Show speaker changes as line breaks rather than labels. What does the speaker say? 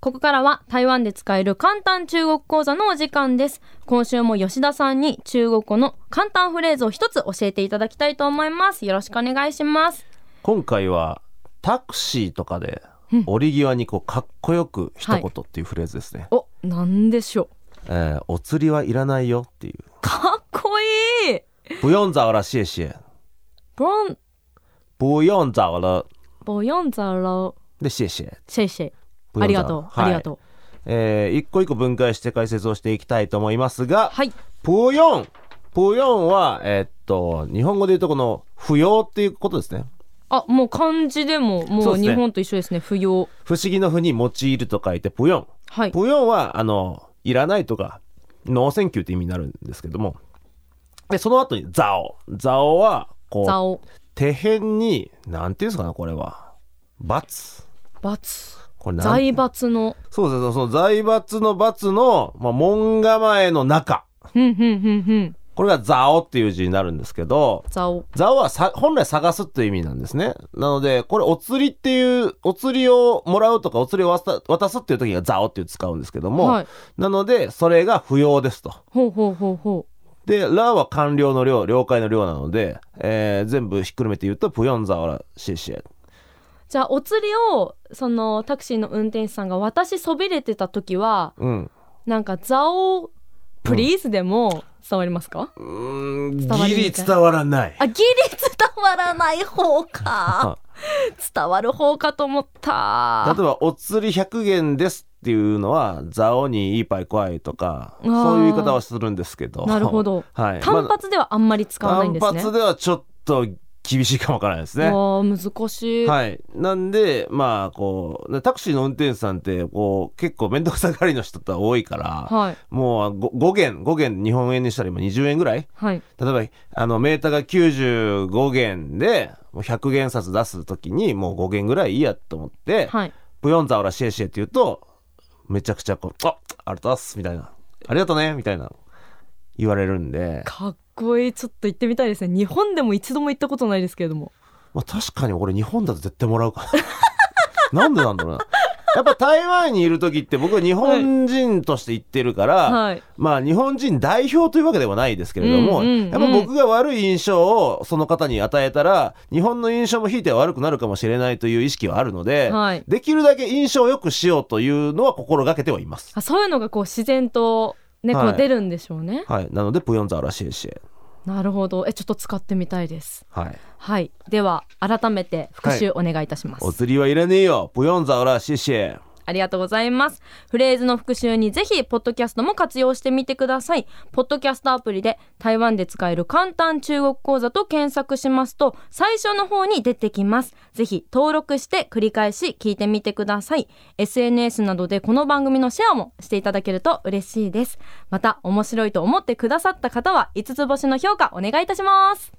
ここからは台湾で使える簡単中国講座のお時間です。今週も吉田さんに中国語の簡単フレーズを一つ教えていただきたいと思います。よろしくお願いします。
今回はタクシーとかで折り際にこうかっこよく一言っていうフレーズですね、
お、なんでしょ
えーお釣りはいらないよっていう
う。かっこいい
不用找了谢谢
ボン、
不用找了
ボヨンザロ
で谢谢
シェイシェイ。
不
あ
用
り
找
がとう、
はい
ありがとう。
えー一個一個分解して解説をしていきたいと思いますが、
はい。
ぷよんぷよんは、えーっと、日本語で言うとこの、不要っていうことですね。
あ、もう漢字でも、
そ
も
う
う
ですね
日本と一緒ですね。不要。
不思議の不に用いると書いて、ぷよ
は
ん。
い。
ぷよんは、あの、いらないとか、ノーセンキューって意味になるんですけども。で、その後に、ザオ。ザオは、こ
ザ
う、
オ、
手辺に、なんていうんですかね、これは。罰。
罰、
これなん
財閥の。
そうそうそう、その財閥の罰の、まあ、門構えの中。
ふんふんふんふん。
これがザオっていう字になるんですけど、
ザオ。
ザオはさ本来探すっていう意味なんですね。なので、これお釣りっていう、お釣りをもらうとか、お釣りを渡渡すっていう時がザオっていう使うんですけども、
はい。
なので、それが不要ですと。
ほうほうほうほ
で、ラは官僚の量、了解の量なので、えー全部ひっくるめて言うと、プヨンザオラシェシェ。
う。じゃあ、お釣りを、そのタクシーの運転手さんが私そびれてた時は、
うん。
なんかザオ、プリーズでも伝わりますか、
うーん、
わり
ギ
に
リ
くい
伝わらない。
あ、ギリ伝わらない方か。 伝わる方かと思った。
例えば、お釣り100元ですっていうのは、ザオにいいパイ怖いとか、
あー
そういう言い方はするんですけど。
なるほ。ど。
はい。
単発ではあんまり使わないんですね。
単発ではちょっと厳しいかもわからないですね。
わあ難しい。
はい、なんでまあこうタクシーの運転手さんってこう結構面倒くさがりの人って多いから、
はい。
もう 5, 元5元日本円にしたら今20円ぐらい
はい。
例えばあのメーターが95元でもう100元札出す時にもう5元ぐらいいいやと思って
はい。
「ブヨンザオラシエシエ」って言うとめちゃくちゃこう「あありがとうございます」みたいな「ありがとうね」みたいな言われるんで、
かっこいい。ちょっと行ってみたいですね。日本でも一度も行ったことないですけれども。
まあ、確かに俺日本だと絶対もらうかな なんでなんだろうなやっぱ台湾にいる時って僕は日本人として行ってるから、
はい。
まあ日本人代表というわけではないですけれども、
うんうんうん
やっぱ僕が悪い印象をその方に与えたら日本の印象もひいては悪くなるかもしれないという意識はあるので、
はい
できるだけ印象を良くしようというのは心がけてはいます。
あそういうのがこう自然とね、こう
はい
出るんでしょうね。
はい、なのでプヨンザーらしいし、
なるほど。え、ちょっと使ってみたいです。
はい、
はい。では、改めて復習お願いいたします。
お釣りはいらねえよプヨンザーらしいし。
ありがとうございます。フレーズの復習にぜひ、ポッドキャストも活用してみてください。ポッドキャストアプリで、台湾で使える簡単中国講座と検索しますと、最初の方に出てきます。ぜひ、登録して繰り返し聞いてみてください。SNS などでこの番組のシェアもしていただけると嬉しいです。また、面白いと思ってくださった方は、5つ星の評価お願いいたします。